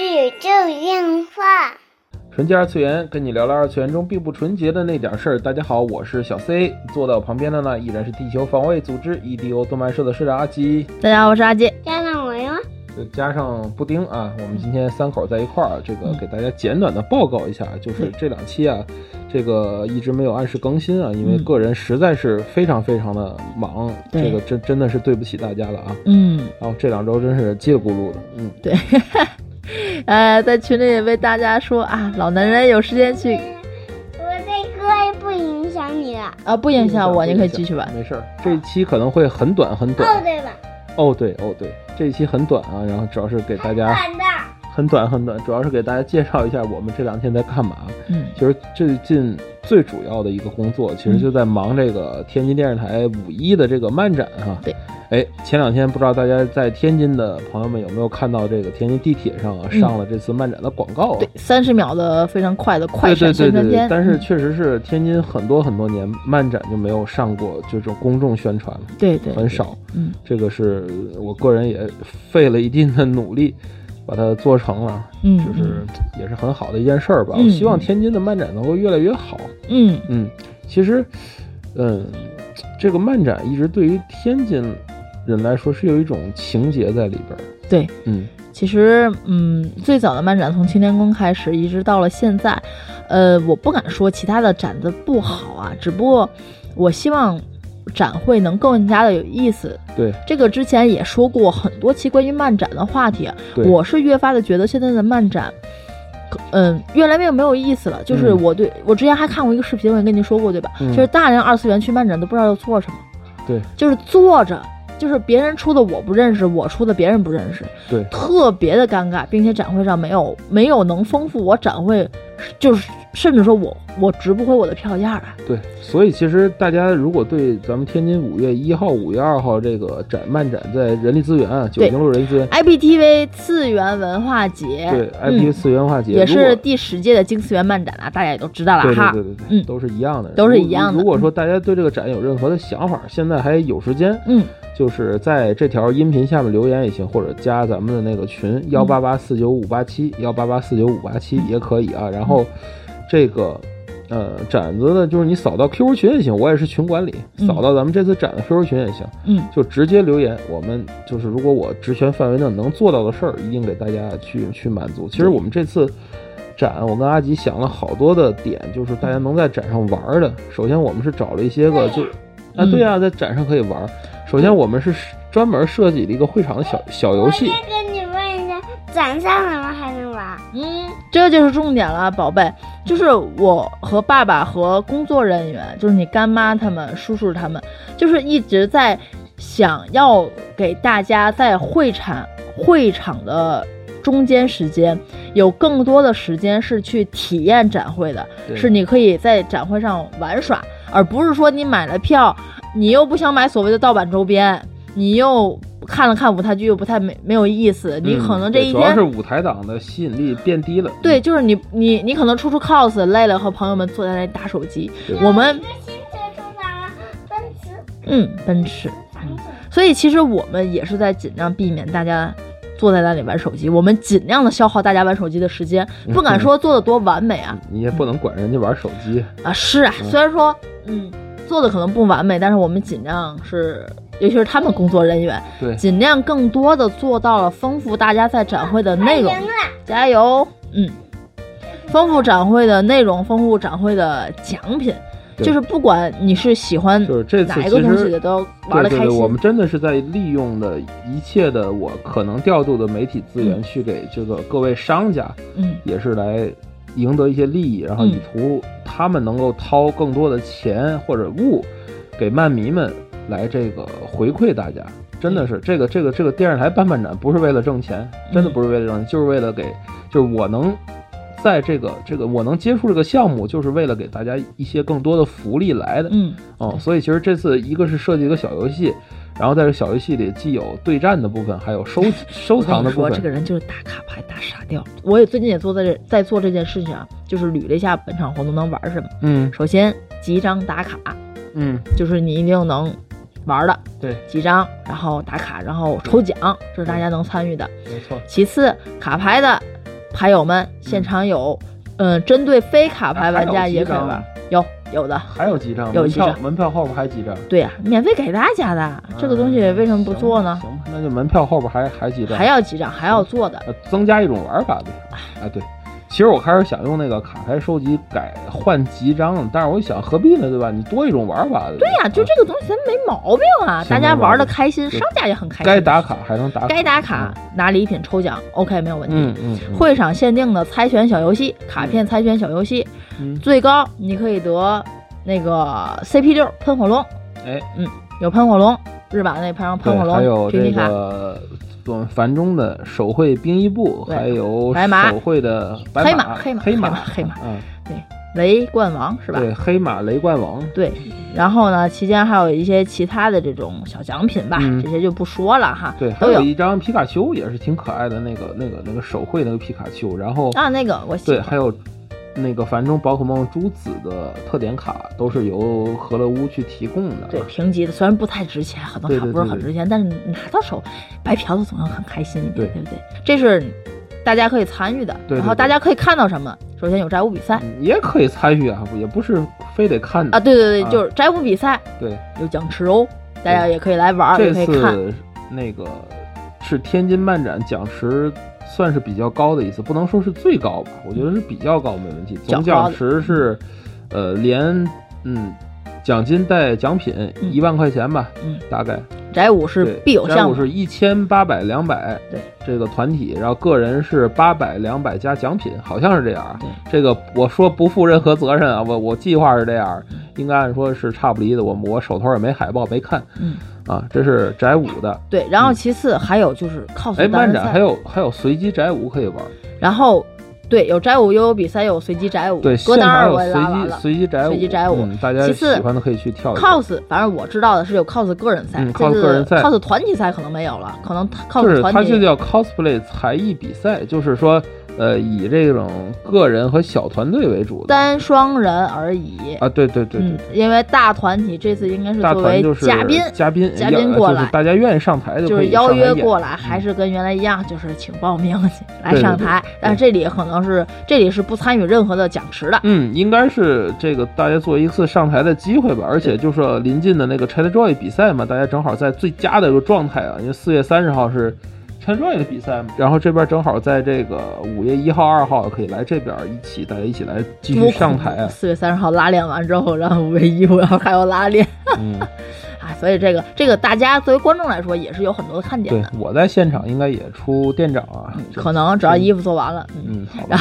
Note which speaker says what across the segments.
Speaker 1: 宇宙电话。
Speaker 2: 纯洁二次元，跟你聊聊二次元中并不纯洁的那点事儿。大家好，我是小 C，坐在我旁边的呢依然是地球防卫组织 E EDO
Speaker 3: 嗯
Speaker 2: 动漫社的社长阿吉，
Speaker 3: 大家好，我是阿杰。
Speaker 1: 加上我哟，
Speaker 2: 呃加上布丁啊，我们今天三口在一块儿，这个给大家简短的报告一下，就是这两期啊，这个一直没有按时更新啊，因为
Speaker 3: 嗯
Speaker 2: 个人实在是非常非常的忙，
Speaker 3: 对
Speaker 2: 这个真真的是对不起大家了啊。
Speaker 3: 嗯，
Speaker 2: 然后这两周真是叽里咕噜的，嗯，
Speaker 3: 呃，在群里也被大家说啊，老男人有时间去
Speaker 1: 我这歌不影响你了，
Speaker 3: 啊，不影响我，你可以继续吧。
Speaker 2: 没事儿，这一期可能会很短很短。
Speaker 1: 哦对吧？
Speaker 2: 哦对哦对，这一期很短啊，然后主要是给大家
Speaker 1: 短的，
Speaker 2: 很短很短，主要是给大家介绍一下我们这两天在干嘛。
Speaker 3: 嗯
Speaker 2: 其实最近最主要的一个工作，其实就在忙这个天津电视台五一的这个漫展哈、
Speaker 3: 对。
Speaker 2: 哎，前两天不知道大家在天津的朋友们有没有看到这个天津地铁上啊
Speaker 3: 嗯
Speaker 2: 上了这次漫展的广告啊？
Speaker 3: 对，三十秒的非常快的快
Speaker 2: 对
Speaker 3: 闪
Speaker 2: 对
Speaker 3: 宣
Speaker 2: 对
Speaker 3: 传
Speaker 2: 对对
Speaker 3: 片。
Speaker 2: 但是
Speaker 3: 嗯
Speaker 2: 确实是天津很多很多年漫展就没有上过这种公众宣传了，
Speaker 3: 对对
Speaker 2: 很，少。
Speaker 3: 对嗯
Speaker 2: 这个是我个人也费了一定的努力把它做成了，
Speaker 3: 嗯，
Speaker 2: 就是也是很好的一件事儿吧。
Speaker 3: 嗯
Speaker 2: 我希望
Speaker 3: 嗯
Speaker 2: 天津的漫展能够越来越好。
Speaker 3: 嗯
Speaker 2: 嗯，其实，嗯，这个漫展一直对于天津人来说是有一种情节在里边儿。
Speaker 3: 对。
Speaker 2: 嗯，
Speaker 3: 其实，嗯，最早的漫展从青年宫开始，一直到了现在，呃，我不敢说其他的展子不好啊，只不过我希望展会能更加的有意思。
Speaker 2: 对
Speaker 3: 这个之前也说过很多期关于漫展的话题啊，
Speaker 2: 对，
Speaker 3: 我是越发的觉得现在的漫展，可嗯，越来越没有意思了。就是
Speaker 2: 嗯
Speaker 3: 我对、我之前还看过一个视频，我也跟你说过对吧？
Speaker 2: 嗯
Speaker 3: 就是大量二次元去漫展都不知道要做什么，
Speaker 2: 对，
Speaker 3: 就是坐着，就是别人出的我不认识，我出的别人不认识，
Speaker 2: 对
Speaker 3: 特别的尴尬，并且展会上没有没有能丰富我展会，就是甚至说我我值不回我的票价啊来。
Speaker 2: 对，所以其实大家如果对咱们天津五月一号、五月二号这个展漫展在人力资源啊九
Speaker 3: 对
Speaker 2: 平路人力资源
Speaker 3: IPTV 次元文化节，
Speaker 2: 对
Speaker 3: 嗯
Speaker 2: IP 次元化节、
Speaker 3: 也
Speaker 2: 如果
Speaker 3: 是第十届的金次元漫展啊，大家也都知道了
Speaker 2: 对对
Speaker 3: 哈。
Speaker 2: 对对对，
Speaker 3: 嗯
Speaker 2: 都是一样的，
Speaker 3: 都是
Speaker 2: 如
Speaker 3: 一样的嗯
Speaker 2: 如果说大家对这个展有任何的想法，现在还有时间，
Speaker 3: 嗯，
Speaker 2: 就是在这条音频下面留言也行，或者加咱们的那个
Speaker 3: 嗯
Speaker 2: 群幺八八四九五八七幺八八四九五八七也可以啊。然后这个。呃，展子呢，就是你扫到 QQ 群也行，我也是群管理，
Speaker 3: 嗯
Speaker 2: 扫到咱们这次展的 QQ 群也行，
Speaker 3: 嗯，
Speaker 2: 就直接留言。我们就是如果我职权范围内能做到的事儿，一定给大家去去满足。其实我们这次展，我跟阿吉想了好多的点，就是大家能在展上玩儿的。首先，我们是找了一些个就啊，
Speaker 3: 嗯
Speaker 2: 对呀、在展上可以玩儿。首先，我们是专门设计了一个会场的小小游戏
Speaker 1: 我，再跟你问一下，展上怎么还能玩？
Speaker 3: 嗯，这就是重点了，宝贝。就是我和爸爸和工作人员，就是你干妈他们、叔叔他们，就是一直在想要给大家在会场会场的中间时间，有更多的时间是去体验展会的，
Speaker 2: 对
Speaker 3: 是你可以在展会上玩耍，而不是说你买了票，你又不想买所谓的盗版周边，你又看了看舞台剧又不太没没有意思，你可能这
Speaker 2: 嗯对
Speaker 3: 一
Speaker 2: 主要
Speaker 3: 天
Speaker 2: 是舞台党的吸引力变低了。
Speaker 3: 对，就是你你你可能出出 cos 累了，和朋友们坐在那里打手机。
Speaker 2: 对
Speaker 3: 我们
Speaker 1: 新车出厂了，奔驰
Speaker 3: 嗯，奔驰。
Speaker 1: 房子。
Speaker 3: 所以其实我们也是在尽量避免大家坐在那里玩手机，我们尽量的消耗大家玩手机的时间，不敢说做的多完美啊
Speaker 2: 你也不能管人家玩手机。
Speaker 3: 啊是啊，虽然说嗯做的可能不完美，但是我们尽量是，尤其是他们工作人员，
Speaker 2: 对，
Speaker 3: 尽量更多的做到了丰富大家在展会的内容
Speaker 1: 赢。了，
Speaker 3: 加油！嗯，丰富展会的内容，丰富展会的奖品，
Speaker 2: 对
Speaker 3: 就是不管你是喜欢
Speaker 2: 就是这次
Speaker 3: 哪一
Speaker 2: 其
Speaker 3: 个
Speaker 2: 实
Speaker 3: 东西的，都玩的
Speaker 2: 对
Speaker 3: 开
Speaker 2: 对
Speaker 3: 心。
Speaker 2: 对，我们真的是在利用的一切的我可能调度的媒体资源，
Speaker 3: 嗯
Speaker 2: 去给这个各位商家
Speaker 3: 嗯，
Speaker 2: 也是来赢得一些利益，然后
Speaker 3: 嗯
Speaker 2: 以图他们能够掏更多的钱或者物给漫迷们来这个回馈大家。
Speaker 3: 嗯
Speaker 2: 真的是这个这个这个电视台办漫展不是为了挣钱，真的
Speaker 3: 嗯
Speaker 2: 不是为了挣钱，就是为了给，就是我能在这个这个我能接触这个项目，就是为了给大家一些更多的福利来的。
Speaker 3: 嗯，
Speaker 2: 哦，所以其实这次一个是设计一个小游戏，然后在这小游戏里既有对战的部分，还有收 收
Speaker 3: 我
Speaker 2: 藏
Speaker 3: 跟
Speaker 2: 的
Speaker 3: 你
Speaker 2: 部
Speaker 3: 说，
Speaker 2: 分。
Speaker 3: 这个人就是打卡牌打傻掉。我也最近也做在这在做这件事情啊，就是捋了一下本场活动能玩什么。
Speaker 2: 嗯
Speaker 3: 首先，集章打卡，
Speaker 2: 嗯，
Speaker 3: 就是你一定能玩的
Speaker 2: 对，
Speaker 3: 几张，然后打卡，然后抽奖，这是大家能参与的。
Speaker 2: 没错，
Speaker 3: 其次，卡牌的牌友们现场有，嗯、针对非卡牌
Speaker 2: 啊
Speaker 3: 玩家也可以玩，有有的，
Speaker 2: 还有几张
Speaker 3: 有
Speaker 2: 门
Speaker 3: 几
Speaker 2: 票，
Speaker 3: 张
Speaker 2: 门票后边还有几张。
Speaker 3: 对呀、免费给大家
Speaker 2: 啊
Speaker 3: 的这个东西为什么不做呢？
Speaker 2: 嗯行吧，行吧那就门票后边还还几张，
Speaker 3: 还要几张，还要做的，
Speaker 2: 呃增加一种玩法呗。哎，对，其实我开始想用那个卡牌收集改换集章，但是我一想何必呢，对吧？你多一种玩法。对
Speaker 3: 对呀、就这个东西咱没毛病啊，
Speaker 2: 啊行
Speaker 3: 大家玩的开心，
Speaker 2: 对
Speaker 3: 商家也很开心。
Speaker 2: 该打卡还能打卡，
Speaker 3: 该打卡拿礼品抽奖，OK 没有问题。
Speaker 2: 嗯。嗯嗯，
Speaker 3: 会场限定的猜拳小游戏，卡片猜拳小游戏，
Speaker 2: 嗯
Speaker 3: 最高你可以得那个 CP 六喷火龙，
Speaker 2: 哎，
Speaker 3: 有喷火龙，日版那盘喷火
Speaker 2: 对，还有
Speaker 3: 龙
Speaker 2: 这
Speaker 3: PP 卡，
Speaker 2: 个我们繁中的手绘兵役部，
Speaker 3: 对
Speaker 2: 还有
Speaker 3: 白马
Speaker 2: 手绘的白
Speaker 3: 黑
Speaker 2: 马、
Speaker 3: 马黑马
Speaker 2: 黑
Speaker 3: 黑马黑马
Speaker 2: 嗯，
Speaker 3: 雷冠王是吧？
Speaker 2: 对，黑马雷冠王，
Speaker 3: 对，然后呢，期间还有一些其他的这种小奖品吧，
Speaker 2: 嗯
Speaker 3: 这些就不说了哈，
Speaker 2: 对，还
Speaker 3: 都
Speaker 2: 有
Speaker 3: 有
Speaker 2: 一张皮卡丘也是挺可爱的，那个那个那个手绘那个皮卡丘，然后
Speaker 3: 啊，那个我喜
Speaker 2: 对，
Speaker 3: 欢
Speaker 2: 还有那个繁中宝可梦朱紫的特点卡都是由和乐屋去提供的，
Speaker 3: 对评级的，虽然不太值钱，很多
Speaker 2: 对
Speaker 3: 卡
Speaker 2: 对
Speaker 3: 不是
Speaker 2: 对
Speaker 3: 很
Speaker 2: 对
Speaker 3: 值钱，但是你拿到手白嫖的总要很开心一点，
Speaker 2: 对
Speaker 3: 对不对？这是大家可以参与的，
Speaker 2: 对对
Speaker 3: 然后大家可以看到什么？首先有宅舞比赛
Speaker 2: 嗯也可以参与啊，不也不是非得看的
Speaker 3: 啊，对对对，
Speaker 2: 啊
Speaker 3: 就是宅舞比赛
Speaker 2: 对，
Speaker 3: 有奖池哦，大家也可以来玩儿，也
Speaker 2: 这
Speaker 3: 可以看。
Speaker 2: 次那个是天津漫展奖池算是比较高的一次，不能说是最高吧，我觉得是比较高，没问题。总
Speaker 3: 较高
Speaker 2: 奖
Speaker 3: 的
Speaker 2: 池是，呃，连嗯奖金带奖品
Speaker 3: 嗯
Speaker 2: 一万块钱吧，
Speaker 3: 嗯
Speaker 2: 大概
Speaker 3: 宅舞是
Speaker 2: 对
Speaker 3: 必有
Speaker 2: 战
Speaker 3: 项
Speaker 2: 鼓
Speaker 3: 目，
Speaker 2: 是一千八百两百，
Speaker 3: 对
Speaker 2: 这个团体，然后个人是八百两百加奖品，好像是这样啊
Speaker 3: 对。
Speaker 2: 这个我说不负任何责任啊，我我计划是这样，
Speaker 3: 嗯
Speaker 2: 应该按说是差不离的。我我手头也没海报没看
Speaker 3: 嗯，
Speaker 2: 啊，这是宅舞的。
Speaker 3: 对。然后其次还有就是 cos
Speaker 2: 嗯哎，
Speaker 3: 单
Speaker 2: 漫
Speaker 3: 人
Speaker 2: 展
Speaker 3: 赛，
Speaker 2: 还有还有随机宅舞可以玩，
Speaker 3: 然后对有宅舞又有比赛，又有随机宅舞，
Speaker 2: 对，
Speaker 3: 歌
Speaker 2: 现
Speaker 3: 单
Speaker 2: 场
Speaker 3: 儿
Speaker 2: 有
Speaker 3: 我也
Speaker 2: 随
Speaker 3: 拉完
Speaker 2: 机
Speaker 3: 了。
Speaker 2: 随机宅舞，
Speaker 3: 随机宅舞
Speaker 2: 嗯大家
Speaker 3: 其次
Speaker 2: 喜欢的可以去跳一跳。
Speaker 3: cos，反正我知道的是有 cos 个人赛，
Speaker 2: 嗯
Speaker 3: 这
Speaker 2: cos
Speaker 3: 次
Speaker 2: 个人赛
Speaker 3: cos 团体赛可能没有了，可能
Speaker 2: 就
Speaker 3: cos
Speaker 2: 是它
Speaker 3: 团
Speaker 2: 就
Speaker 3: 体
Speaker 2: 叫 cosplay 才艺比赛，就是说，呃，以这种个人和小团队为主的
Speaker 3: 单双人而已。
Speaker 2: 啊，对对对对
Speaker 3: 嗯，因为大团体这次应该是
Speaker 2: 大
Speaker 3: 作
Speaker 2: 团
Speaker 3: 为
Speaker 2: 就是
Speaker 3: 嘉宾，
Speaker 2: 嘉宾
Speaker 3: 嘉宾过来
Speaker 2: 就是大家愿意上台就
Speaker 3: 就
Speaker 2: 可
Speaker 3: 是
Speaker 2: 以
Speaker 3: 邀约
Speaker 2: 上台演嗯
Speaker 3: 过来，还是跟原来一样，就是请报名来
Speaker 2: 对对
Speaker 3: 上
Speaker 2: 对
Speaker 3: 台。但是这里可能是这里是不参与任何的奖池的。
Speaker 2: 嗯，应该是这个大家做一次上台的机会吧，而且就是说临近的那个 China Joy 比赛嘛，大家正好在最佳的一个状态啊，因为四月三十号是 China Joy 的比赛嘛，然后这边正好在这个五月一号、二号可以来这边一起，大家一起来继续上台 啊，
Speaker 3: 四月三十号拉练完之后，然后五月一我要还要拉练
Speaker 2: 嗯，
Speaker 3: 啊，所以这个这个大家作为观众来说也是有很多看点
Speaker 2: 对
Speaker 3: 的。，
Speaker 2: 我在现场应该也出店长啊，这
Speaker 3: 嗯可能只要衣服做完了，嗯，
Speaker 2: 嗯，好吧，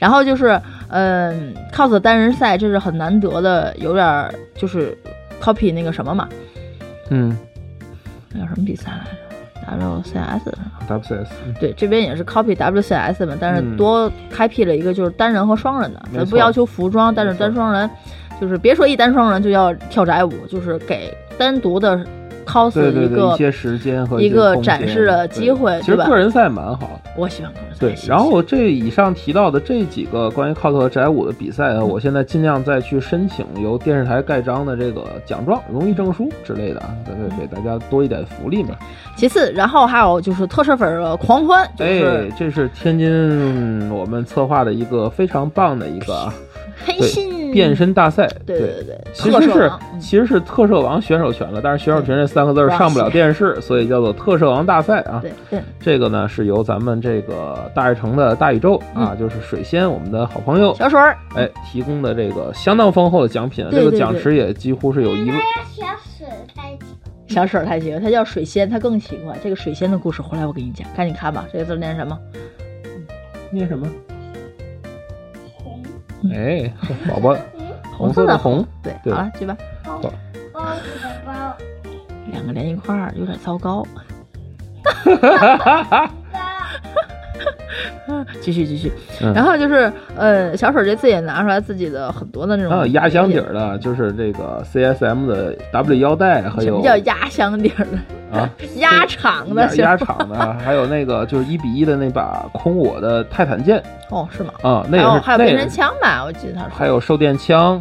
Speaker 3: 然后就是，嗯，cos 单人赛这是很难得的，有点儿就是 copy 那个什么嘛，
Speaker 2: 嗯
Speaker 3: 那叫什么比赛来着？WCS。
Speaker 2: ，WCS，嗯
Speaker 3: 对，这边也是 copy WCS 嘛，但是
Speaker 2: 嗯
Speaker 3: 多开辟了一个就是单人和双人的，
Speaker 2: 没
Speaker 3: 咱不
Speaker 2: 错
Speaker 3: 要求服装，但是
Speaker 2: 没错
Speaker 3: 单双人就是别说一单双人就要跳宅舞，就是给单独的 cos
Speaker 2: 对对
Speaker 3: 一
Speaker 2: 对，
Speaker 3: 个
Speaker 2: 一些时间和
Speaker 3: 一
Speaker 2: 些
Speaker 3: 个
Speaker 2: 空
Speaker 3: 展
Speaker 2: 间
Speaker 3: 示的
Speaker 2: 对
Speaker 3: 机会，
Speaker 2: 其
Speaker 3: 对
Speaker 2: 实
Speaker 3: 吧
Speaker 2: 个？人赛蛮好的。
Speaker 3: 我喜欢个人赛
Speaker 2: 对，
Speaker 3: 谢谢
Speaker 2: 然后这以上提到的这几个关于 cos 和宅舞的比赛
Speaker 3: 嗯
Speaker 2: 啊，我现在尽量再去申请由电视台盖章的这个奖状、荣誉证书之类的啊，对对，
Speaker 3: 嗯
Speaker 2: 给大家多一点福利嘛。
Speaker 3: 其次，然后还有就是特摄粉儿的狂欢，就是
Speaker 2: 哎，这是天津我们策划的一个非常棒的一个啊
Speaker 3: 黑心
Speaker 2: 变，身大赛，
Speaker 3: 嗯对对对，
Speaker 2: 其
Speaker 3: 特
Speaker 2: 实
Speaker 3: 摄
Speaker 2: 是
Speaker 3: 王嗯
Speaker 2: 其实是特摄王选手权了，但是选手权这三个字儿上不了电视，所以叫做特摄王大赛啊。
Speaker 3: 嗯对对
Speaker 2: 这个呢是由咱们这个大悦城的大宇宙啊，
Speaker 3: 嗯
Speaker 2: 就是水仙我们的好朋友
Speaker 3: 小水儿，
Speaker 2: 哎，提供的这个相当丰厚的奖品，啊
Speaker 3: 对
Speaker 2: 这
Speaker 3: 对
Speaker 2: 个奖池也几乎是有一万。
Speaker 1: 要选水才行。
Speaker 3: 小水儿太奇怪，他叫水仙，他更奇怪。这个水仙的故事，回来我给你讲，赶紧看吧。这个字念什么？
Speaker 2: 念什么？
Speaker 1: 红
Speaker 2: 哎，宝宝，
Speaker 1: 嗯，
Speaker 2: 红
Speaker 3: 色
Speaker 2: 色
Speaker 3: 的
Speaker 2: 的红。
Speaker 3: 对，
Speaker 2: 对
Speaker 3: 好了，去吧。
Speaker 1: 包
Speaker 2: 好
Speaker 1: 包子的包
Speaker 3: 两个连一块儿有点糟糕。
Speaker 1: 包
Speaker 3: 啊继续继续，
Speaker 2: 嗯
Speaker 3: 然后就是呃，小水这次也拿出来自己的很多的那种
Speaker 2: 还有啊压箱底儿的，就是这个 CSM 的 W 腰带，还
Speaker 3: 什
Speaker 2: 有
Speaker 3: 么叫压箱底儿 的？
Speaker 2: 啊
Speaker 3: 压场的
Speaker 2: 压
Speaker 3: 是吧
Speaker 2: 压场的， 还有那个就是一比一的那把空我的泰坦剑
Speaker 3: 哦，是吗？
Speaker 2: 啊，那
Speaker 3: 还有
Speaker 2: 也
Speaker 3: 还有
Speaker 2: 是那
Speaker 3: 变
Speaker 2: 也
Speaker 3: 身
Speaker 2: 是
Speaker 3: 枪吧，我记得他说
Speaker 2: 还有受电枪，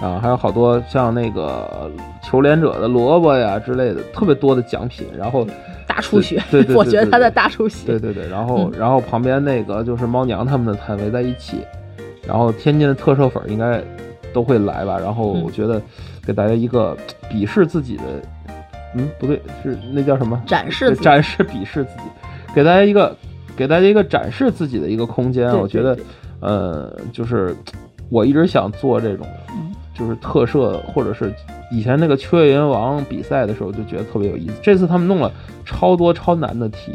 Speaker 2: 啊，还有好多像那个求怜者的萝卜呀之类的，特别多的奖品。然后，
Speaker 3: 大出血，
Speaker 2: 对对对对
Speaker 3: 我觉得他在
Speaker 2: 对对
Speaker 3: 大出血。
Speaker 2: 对对对，然后
Speaker 3: 嗯
Speaker 2: 然后旁边那个就是猫娘他们的摊围在一起，然后天津的特摄粉应该都会来吧。然后
Speaker 3: 嗯
Speaker 2: 我觉得给大家一个鄙视自己的，嗯，不对，是那叫什么？
Speaker 3: 展示自己
Speaker 2: 展示鄙视自己，给大家一个给大家一个展示自己的一个空间。啊
Speaker 3: 对
Speaker 2: 我觉得
Speaker 3: 对对，
Speaker 2: 呃，就是我一直想做这种
Speaker 3: 嗯，
Speaker 2: 就是特摄，或者是以前那个秋叶原王比赛的时候，就觉得特别有意思。这次他们弄了超多超难的题，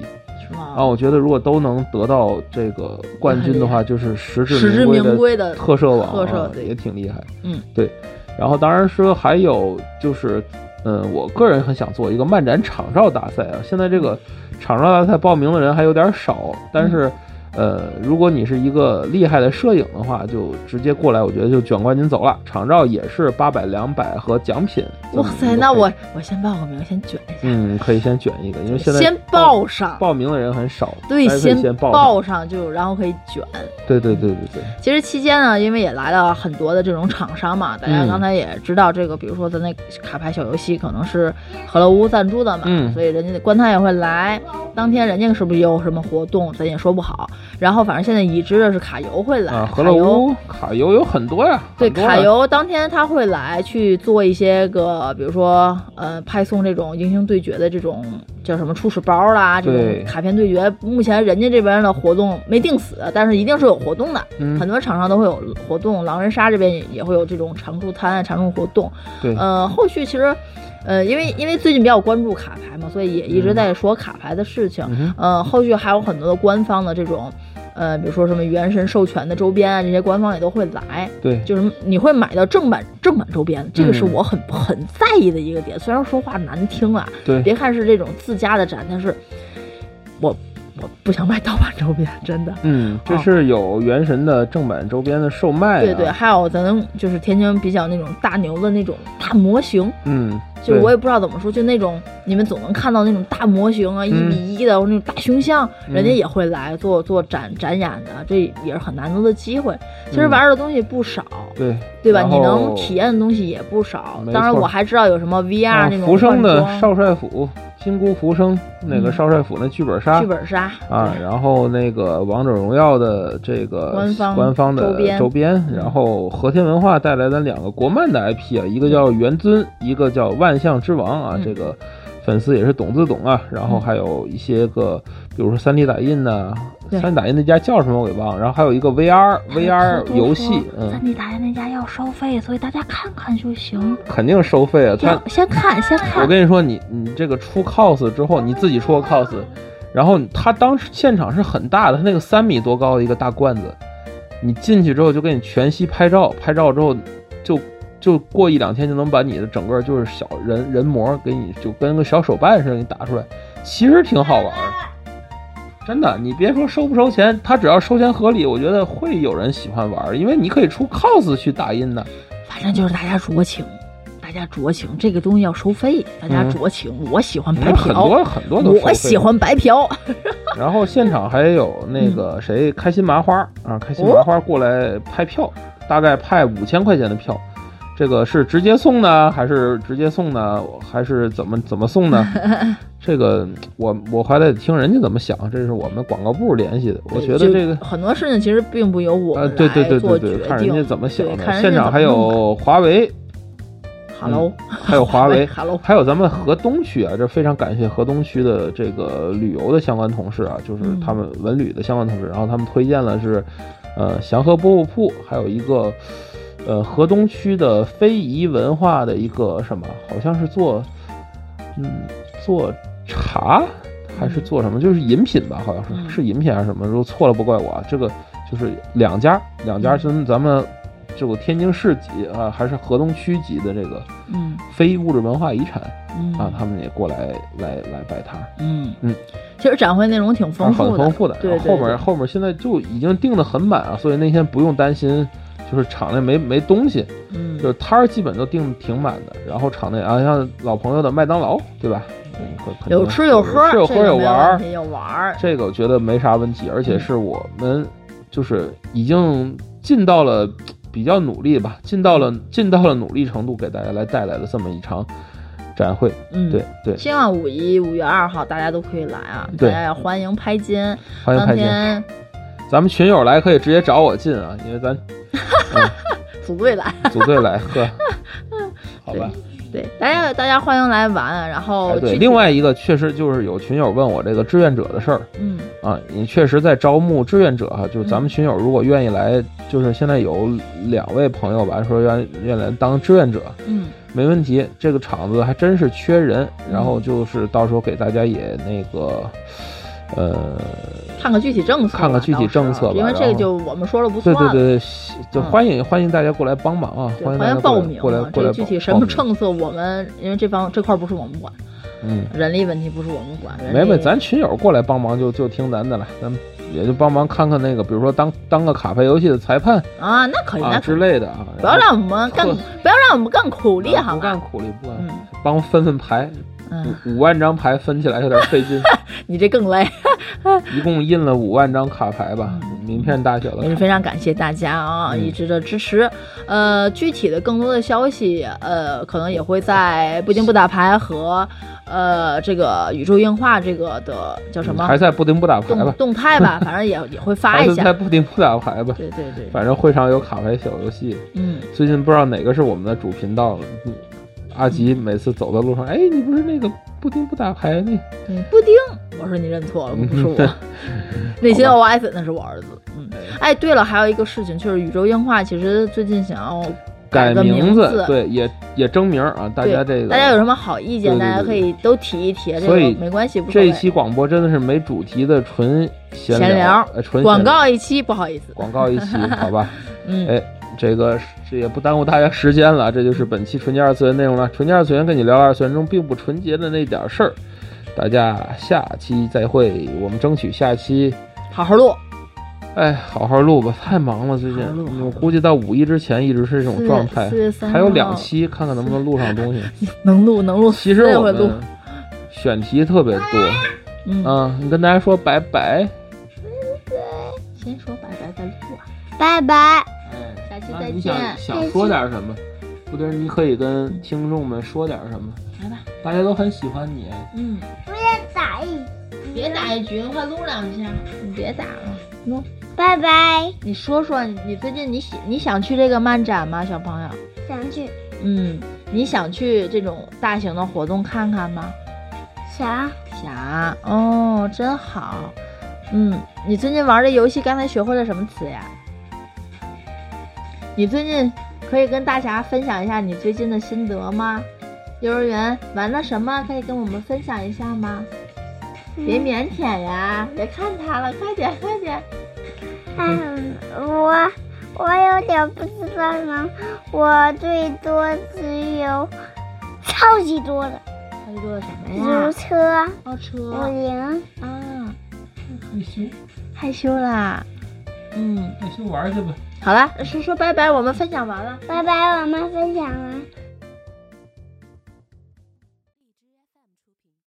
Speaker 3: 是吗？
Speaker 2: 啊，我觉得如果都能得到这个冠军的话，就是实
Speaker 3: 实至
Speaker 2: 至
Speaker 3: 名归
Speaker 2: 的
Speaker 3: 的
Speaker 2: 特摄网、
Speaker 3: 特摄
Speaker 2: 啊，
Speaker 3: 对
Speaker 2: 也挺厉害。
Speaker 3: 嗯，
Speaker 2: 对。然后当然说还有就是，嗯，我个人很想做一个漫展场照大赛啊。现在这个
Speaker 3: 嗯
Speaker 2: 场照大赛报名的人还有点少，但是。呃，如果你是一个厉害的摄影的话，就直接过来，我觉得就卷冠军走了。场照也是八百、两百和奖品。这
Speaker 3: 哇
Speaker 2: 么
Speaker 3: 塞，
Speaker 2: 一个
Speaker 3: 那
Speaker 2: 配
Speaker 3: 我我先报个名，先卷一下，
Speaker 2: 嗯可以先卷一个，因为嗯现在
Speaker 3: 先报上。
Speaker 2: 报名的人很少，
Speaker 3: 对，
Speaker 2: 大家可以先报上
Speaker 3: 报上就，然后可以卷。
Speaker 2: 对对对对对，
Speaker 3: 其实期间呢，因为也来了很多的这种厂商嘛，大家
Speaker 2: 嗯
Speaker 3: 刚才也知道这个，比如说咱那卡牌小游戏可能是荷乐屋赞助的嘛，
Speaker 2: 嗯
Speaker 3: 所以人家官探也会来，当天人家是不是也有什么活动，咱也说不好。然后反正现在已知的是卡游会来，
Speaker 2: 啊，
Speaker 3: 卡
Speaker 2: 和乐
Speaker 3: 游
Speaker 2: 屋卡游有很多呀，
Speaker 3: 对
Speaker 2: 很多呀啊
Speaker 3: 卡，游当天他会来去做一些个，比如说呃派送这种英雄对决的这种叫什么初始包啦，这
Speaker 2: 对
Speaker 3: 种卡片对决。目前人家这边的活动没定死，但是一定是有活动的，
Speaker 2: 嗯
Speaker 3: 很多厂商都会有活动，狼人杀这边也也会有这种常驻摊、常驻活动。
Speaker 2: 对，
Speaker 3: 呃，后续其实。呃，因为因为最近比较关注卡牌嘛，所以也一直在说卡牌的事情。
Speaker 2: 嗯哼
Speaker 3: 呃，后续还有很多的官方的这种，呃，比如说什么原神授权的周边啊，这些官方也都会来。
Speaker 2: 对，
Speaker 3: 就是你会买到正版正版周边，这个是
Speaker 2: 嗯
Speaker 3: 我很很在意的一个点。虽然说话难听啊，
Speaker 2: 对，
Speaker 3: 别看是这种自家的展，但是我我不想买盗版周边，真的。
Speaker 2: 嗯，这
Speaker 3: 哦
Speaker 2: 是有《原神》的正版周边的售卖、啊，
Speaker 3: 对对，，还有咱就是天津比较那种大牛的那种大模型，
Speaker 2: 嗯，
Speaker 3: 就是
Speaker 2: 对
Speaker 3: 我也不知道怎么说，就那种你们总能看到那种大模型啊，一
Speaker 2: 嗯
Speaker 3: 比一的或者那种大胸像，
Speaker 2: 嗯
Speaker 3: 人家也会来做做展展演的，这也是很难得的机会。其实
Speaker 2: 嗯
Speaker 3: 玩的东西不少，
Speaker 2: 对
Speaker 3: 对吧？
Speaker 2: 然
Speaker 3: 你
Speaker 2: 后
Speaker 3: 能体验的东西也不少
Speaker 2: 没。
Speaker 3: 当然，
Speaker 2: 错
Speaker 3: 我还知道有什么 VR
Speaker 2: 啊
Speaker 3: 那种
Speaker 2: 浮生的
Speaker 3: 换装
Speaker 2: 少帅府，金箍浮生那个
Speaker 3: 嗯
Speaker 2: 少帅府那剧本杀。
Speaker 3: 剧本杀
Speaker 2: 啊，
Speaker 3: 对
Speaker 2: 然后那个《王者荣耀》的这个
Speaker 3: 官方
Speaker 2: 官方的
Speaker 3: 周边
Speaker 1: 嗯
Speaker 2: 然后和天文化带来的两个国漫的 IP 啊，一个叫《元尊》，一个叫《万象之王》啊，
Speaker 3: 嗯
Speaker 2: 这个粉丝也是懂自懂啊。然
Speaker 1: 嗯
Speaker 2: 后还有一些个，比如说三 D 打印呐、
Speaker 3: 对
Speaker 2: 三 D 打印那家叫什么我给忘了。然后还有一个 VR
Speaker 1: 哎他
Speaker 2: VR
Speaker 1: 们偷偷
Speaker 2: 游戏，
Speaker 1: 说
Speaker 2: 嗯
Speaker 1: 三，D 达人那家要收费，所以大家看看就行。
Speaker 2: 肯定收费啊。他
Speaker 1: 先先看，先
Speaker 2: 我
Speaker 1: 看。
Speaker 2: 跟你说，你你这个出 cos 之
Speaker 1: 哦
Speaker 2: 后，你自己出个 cos，然后他当时现场是很大的，他那个三米多高的一个大罐子，你进去之后就给你全息拍照，拍照之后就就过一两天就能把你的整个就是小人人模给你就跟个小手办似的给你打出来，其实挺好玩儿。真的，你别说收不收钱，他只要收钱合理，我觉得会有人喜欢玩儿，因为你可以出 cos 去打印的。
Speaker 3: 反正就是大家酌情，大家酌情，这个东西要收费，大家
Speaker 2: 嗯
Speaker 3: 酌情。我喜欢白
Speaker 2: 有很
Speaker 3: 嫖，
Speaker 2: 多很多都收
Speaker 3: 我
Speaker 2: 费
Speaker 3: 喜欢白嫖，
Speaker 2: 然后现场还有
Speaker 3: 嗯
Speaker 2: 那个谁，开心麻花啊，开心
Speaker 3: 哦
Speaker 2: 麻花过来拍票，大概派五千块钱的票。这个是直接送呢，还是直接送呢，还是怎么怎么送 呢？这个我我还得听人家怎么想，这是我们广告部联系的。我觉得
Speaker 3: 就
Speaker 2: 这个
Speaker 3: 很多事情其实并不由我
Speaker 2: 呃，
Speaker 3: 们
Speaker 2: 对对对
Speaker 3: 来做
Speaker 2: 对
Speaker 3: 决
Speaker 2: 对，
Speaker 3: 定，
Speaker 2: 看人家怎么想
Speaker 3: 对看
Speaker 2: 的。
Speaker 3: 人家
Speaker 2: 现场
Speaker 3: 怎么
Speaker 2: 还
Speaker 3: 弄
Speaker 2: 有华为，嗯
Speaker 3: Hello，哎
Speaker 2: 还有华为，
Speaker 3: Hello，
Speaker 2: 还有咱们河东区啊，这非常感谢河东区的这个旅游的相关同事啊，就是
Speaker 3: 嗯
Speaker 2: 他们文旅的相关同事，然后他们推荐了是，呃，祥和饽饽铺，还有一个，呃，河东区的非遗文化的一个什么，好像是做，嗯，做茶还是做什么，就是饮品吧，好像是、
Speaker 3: 嗯
Speaker 2: 是饮品还是什么，如果错了不怪我啊，这个就是两家，两
Speaker 3: 嗯
Speaker 2: 家是咱们这个天津市级啊，还是河东区级的这个。
Speaker 3: 嗯
Speaker 2: 非物质文化遗产
Speaker 3: 嗯
Speaker 2: 啊，他们也过来来来摆摊儿，
Speaker 3: 嗯
Speaker 2: 嗯，啊
Speaker 3: 其实展会内容挺丰
Speaker 2: 很
Speaker 3: 富的
Speaker 2: 丰，富的。
Speaker 3: 对
Speaker 2: 然后
Speaker 3: 对
Speaker 2: 后面
Speaker 3: 对
Speaker 2: 后面现在就已经定的很满啊，所以那天不用担心，就是场内没没东西，
Speaker 3: 嗯
Speaker 2: 就是摊儿基本都定得挺满的。然后场内啊，像老朋友的麦当劳，对吧？嗯会肯定
Speaker 3: 有吃有喝，
Speaker 2: 有吃有喝有
Speaker 3: 这个没
Speaker 2: 玩儿
Speaker 3: 问，题有嗯玩儿，
Speaker 2: 这个我觉得没啥问题，而且是我们就是已经尽到了。比较努力吧，尽到了尽到了努力程度，给大家来带来的这么一场展会。
Speaker 3: 嗯，
Speaker 2: 对。对，
Speaker 3: 希望五一五月二号大家都可以来啊！大
Speaker 2: 对
Speaker 3: 家要欢迎拍金，
Speaker 2: 欢迎
Speaker 3: 当
Speaker 2: 拍进。
Speaker 3: 天
Speaker 2: 咱们群友来可以直接找我进 啊，因为咱
Speaker 3: 组队来。
Speaker 2: 组队来， 呵，好吧。
Speaker 3: 对，大家大家欢迎来玩啊，然后
Speaker 2: 嗯哎，
Speaker 3: 具
Speaker 2: 对，
Speaker 3: 体
Speaker 2: 另外一个确实就是有群友问我这个志愿者的事儿
Speaker 3: 嗯
Speaker 2: 啊，你确实在招募志愿者哈、啊就是咱们群友如果愿意来，就是现在有两位朋友吧，说愿愿来当志愿者，
Speaker 3: 嗯
Speaker 2: 没问题，这个厂子还真是缺人，然后就是到时候给大家也那个，呃，
Speaker 3: 看看具体政策吧，
Speaker 2: 看看具体政策吧
Speaker 3: 到时候因为这
Speaker 2: 然
Speaker 3: 个
Speaker 2: 后
Speaker 3: 就我们说了不
Speaker 2: 对
Speaker 3: 算
Speaker 2: 对
Speaker 3: 了。
Speaker 2: 对对，就
Speaker 3: 嗯
Speaker 2: 欢迎、欢迎大家过来帮忙啊，
Speaker 3: 对
Speaker 2: 欢迎大
Speaker 3: 欢
Speaker 2: 家过
Speaker 3: 迎报
Speaker 2: 来
Speaker 3: 名
Speaker 2: 过来
Speaker 3: 啊！
Speaker 2: 过
Speaker 3: 这
Speaker 2: 来
Speaker 3: 具
Speaker 2: 报
Speaker 3: 体什么
Speaker 2: 名
Speaker 3: 政策，我们因为这方这块儿不是我们管，
Speaker 2: 嗯。
Speaker 3: 人力问题不是我们管。人
Speaker 2: 没
Speaker 3: 力
Speaker 2: 没，咱群友过来帮忙就就听咱的了，咱们也就帮忙看看那个，比如说当当个卡牌游戏的裁判
Speaker 3: 啊，那可以，
Speaker 2: 啊
Speaker 3: 那可
Speaker 2: 之
Speaker 3: 以，
Speaker 2: 类的啊，
Speaker 3: 不要让我 们干，
Speaker 2: 呵
Speaker 3: 不要让我们干苦力，好
Speaker 2: 啊不
Speaker 3: 吧
Speaker 2: 干？苦力，不干苦力，
Speaker 3: 嗯
Speaker 2: 帮分分牌，
Speaker 3: 嗯，
Speaker 2: 五五万张牌分起来有点费 劲，
Speaker 3: 你这更累。
Speaker 2: 一共印了五万张卡牌吧，名片大小的
Speaker 3: 嗯也是
Speaker 2: 卡牌。
Speaker 3: 非常感谢大家啊、
Speaker 2: 嗯
Speaker 3: 一直的支持。呃，具体的更多的消息，呃，可能也会在不丁不打牌和呃这个宇宙硬化这个的叫什么
Speaker 2: 嗯还在不丁不打牌
Speaker 3: 动
Speaker 2: 吧，
Speaker 3: 动态吧，反 正也也会发
Speaker 2: 还
Speaker 3: 一
Speaker 2: 是在
Speaker 3: 下。
Speaker 2: 不丁不打牌吧。
Speaker 3: 对对对，
Speaker 2: 反正会上有卡牌小游戏，
Speaker 3: 嗯，
Speaker 2: 最近不知道哪个是我们的主频道了。嗯阿吉每次走在路上，哎，你不是那个不丁不打牌那
Speaker 3: 嗯布丁，我说你认错了，不
Speaker 2: 嗯
Speaker 3: 是我。那些 OS 那是我儿子。嗯，哎，对了，还有一个事情就是宇宙硬化，其实最近想要
Speaker 2: 改
Speaker 3: 个
Speaker 2: 名
Speaker 3: 字，
Speaker 2: 对，也也征名儿啊，大家
Speaker 3: 对
Speaker 2: 这个，
Speaker 3: 大家有什么好意见，
Speaker 2: 对对
Speaker 3: 大家
Speaker 2: 对
Speaker 3: 可以都提一提，这
Speaker 2: 所
Speaker 3: 个
Speaker 2: 以
Speaker 3: 没关系，无所
Speaker 2: 这
Speaker 3: 谓
Speaker 2: 一。期广播真的是没主题的纯闲
Speaker 3: 闲聊
Speaker 2: 呃纯闲聊
Speaker 3: 广告一期，不好意思，
Speaker 2: 广告一 期，好吧？
Speaker 3: 嗯，
Speaker 2: 哎，这个是这也不耽误大家时间了，这就是本期纯洁二次元内容了。纯洁二次元跟你聊聊二次元中并不纯洁的那点儿事儿，大家下期再会，我们争取下期。
Speaker 3: 好好录，
Speaker 2: 哎，好好录吧，太忙了最近
Speaker 3: 好好录好好，录
Speaker 2: 我估计到五一之前一直是这
Speaker 3: 四
Speaker 2: 种
Speaker 3: 月
Speaker 2: 状态
Speaker 3: 四月三，
Speaker 2: 还有
Speaker 3: 号
Speaker 2: 两期，看看能不能录上东西。
Speaker 3: 能录能录，
Speaker 2: 其实
Speaker 3: 这
Speaker 2: 我
Speaker 3: 回录
Speaker 2: 们，选题特别多，
Speaker 3: 嗯，
Speaker 2: 啊，你跟大家说拜拜，
Speaker 3: 先说拜拜再录啊，
Speaker 1: 拜拜。
Speaker 3: 哎下期
Speaker 2: 那
Speaker 3: 再
Speaker 2: 你
Speaker 3: 见，
Speaker 2: 想想说点什么？不对，你可以跟听众们说点什么？
Speaker 3: 来吧，
Speaker 2: 大家都很喜欢你，
Speaker 3: 嗯，
Speaker 1: 打一，
Speaker 3: 别打一局，快录两下，你别打了，弄，
Speaker 1: 拜拜，
Speaker 3: 你说说你你最近你喜你想去这个漫展吗，小朋友？
Speaker 1: 想去
Speaker 3: 嗯，你想去这种大型的活动看看吗？
Speaker 1: 想
Speaker 3: 想哦，真好。嗯，你最近玩的游戏，刚才学会了什么词呀？你最近可以跟大侠分享一下你最近的心得吗？幼儿园玩了什么？可以跟我们分享一下吗？别腼腆呀，别看他了，快点快点。
Speaker 1: 嗯，我我有点不知道呢，我最多只有超级多的，
Speaker 3: 他做了什么
Speaker 1: 比如
Speaker 3: 呀？
Speaker 1: 车、
Speaker 3: 奥
Speaker 1: 五
Speaker 3: 车
Speaker 1: 菱，
Speaker 3: 啊，
Speaker 2: 害羞
Speaker 3: 害羞啦。嗯，
Speaker 2: 害羞玩去吧。
Speaker 3: 好了，说说拜拜，我们分享完了。
Speaker 1: 拜拜，我们分享完，啊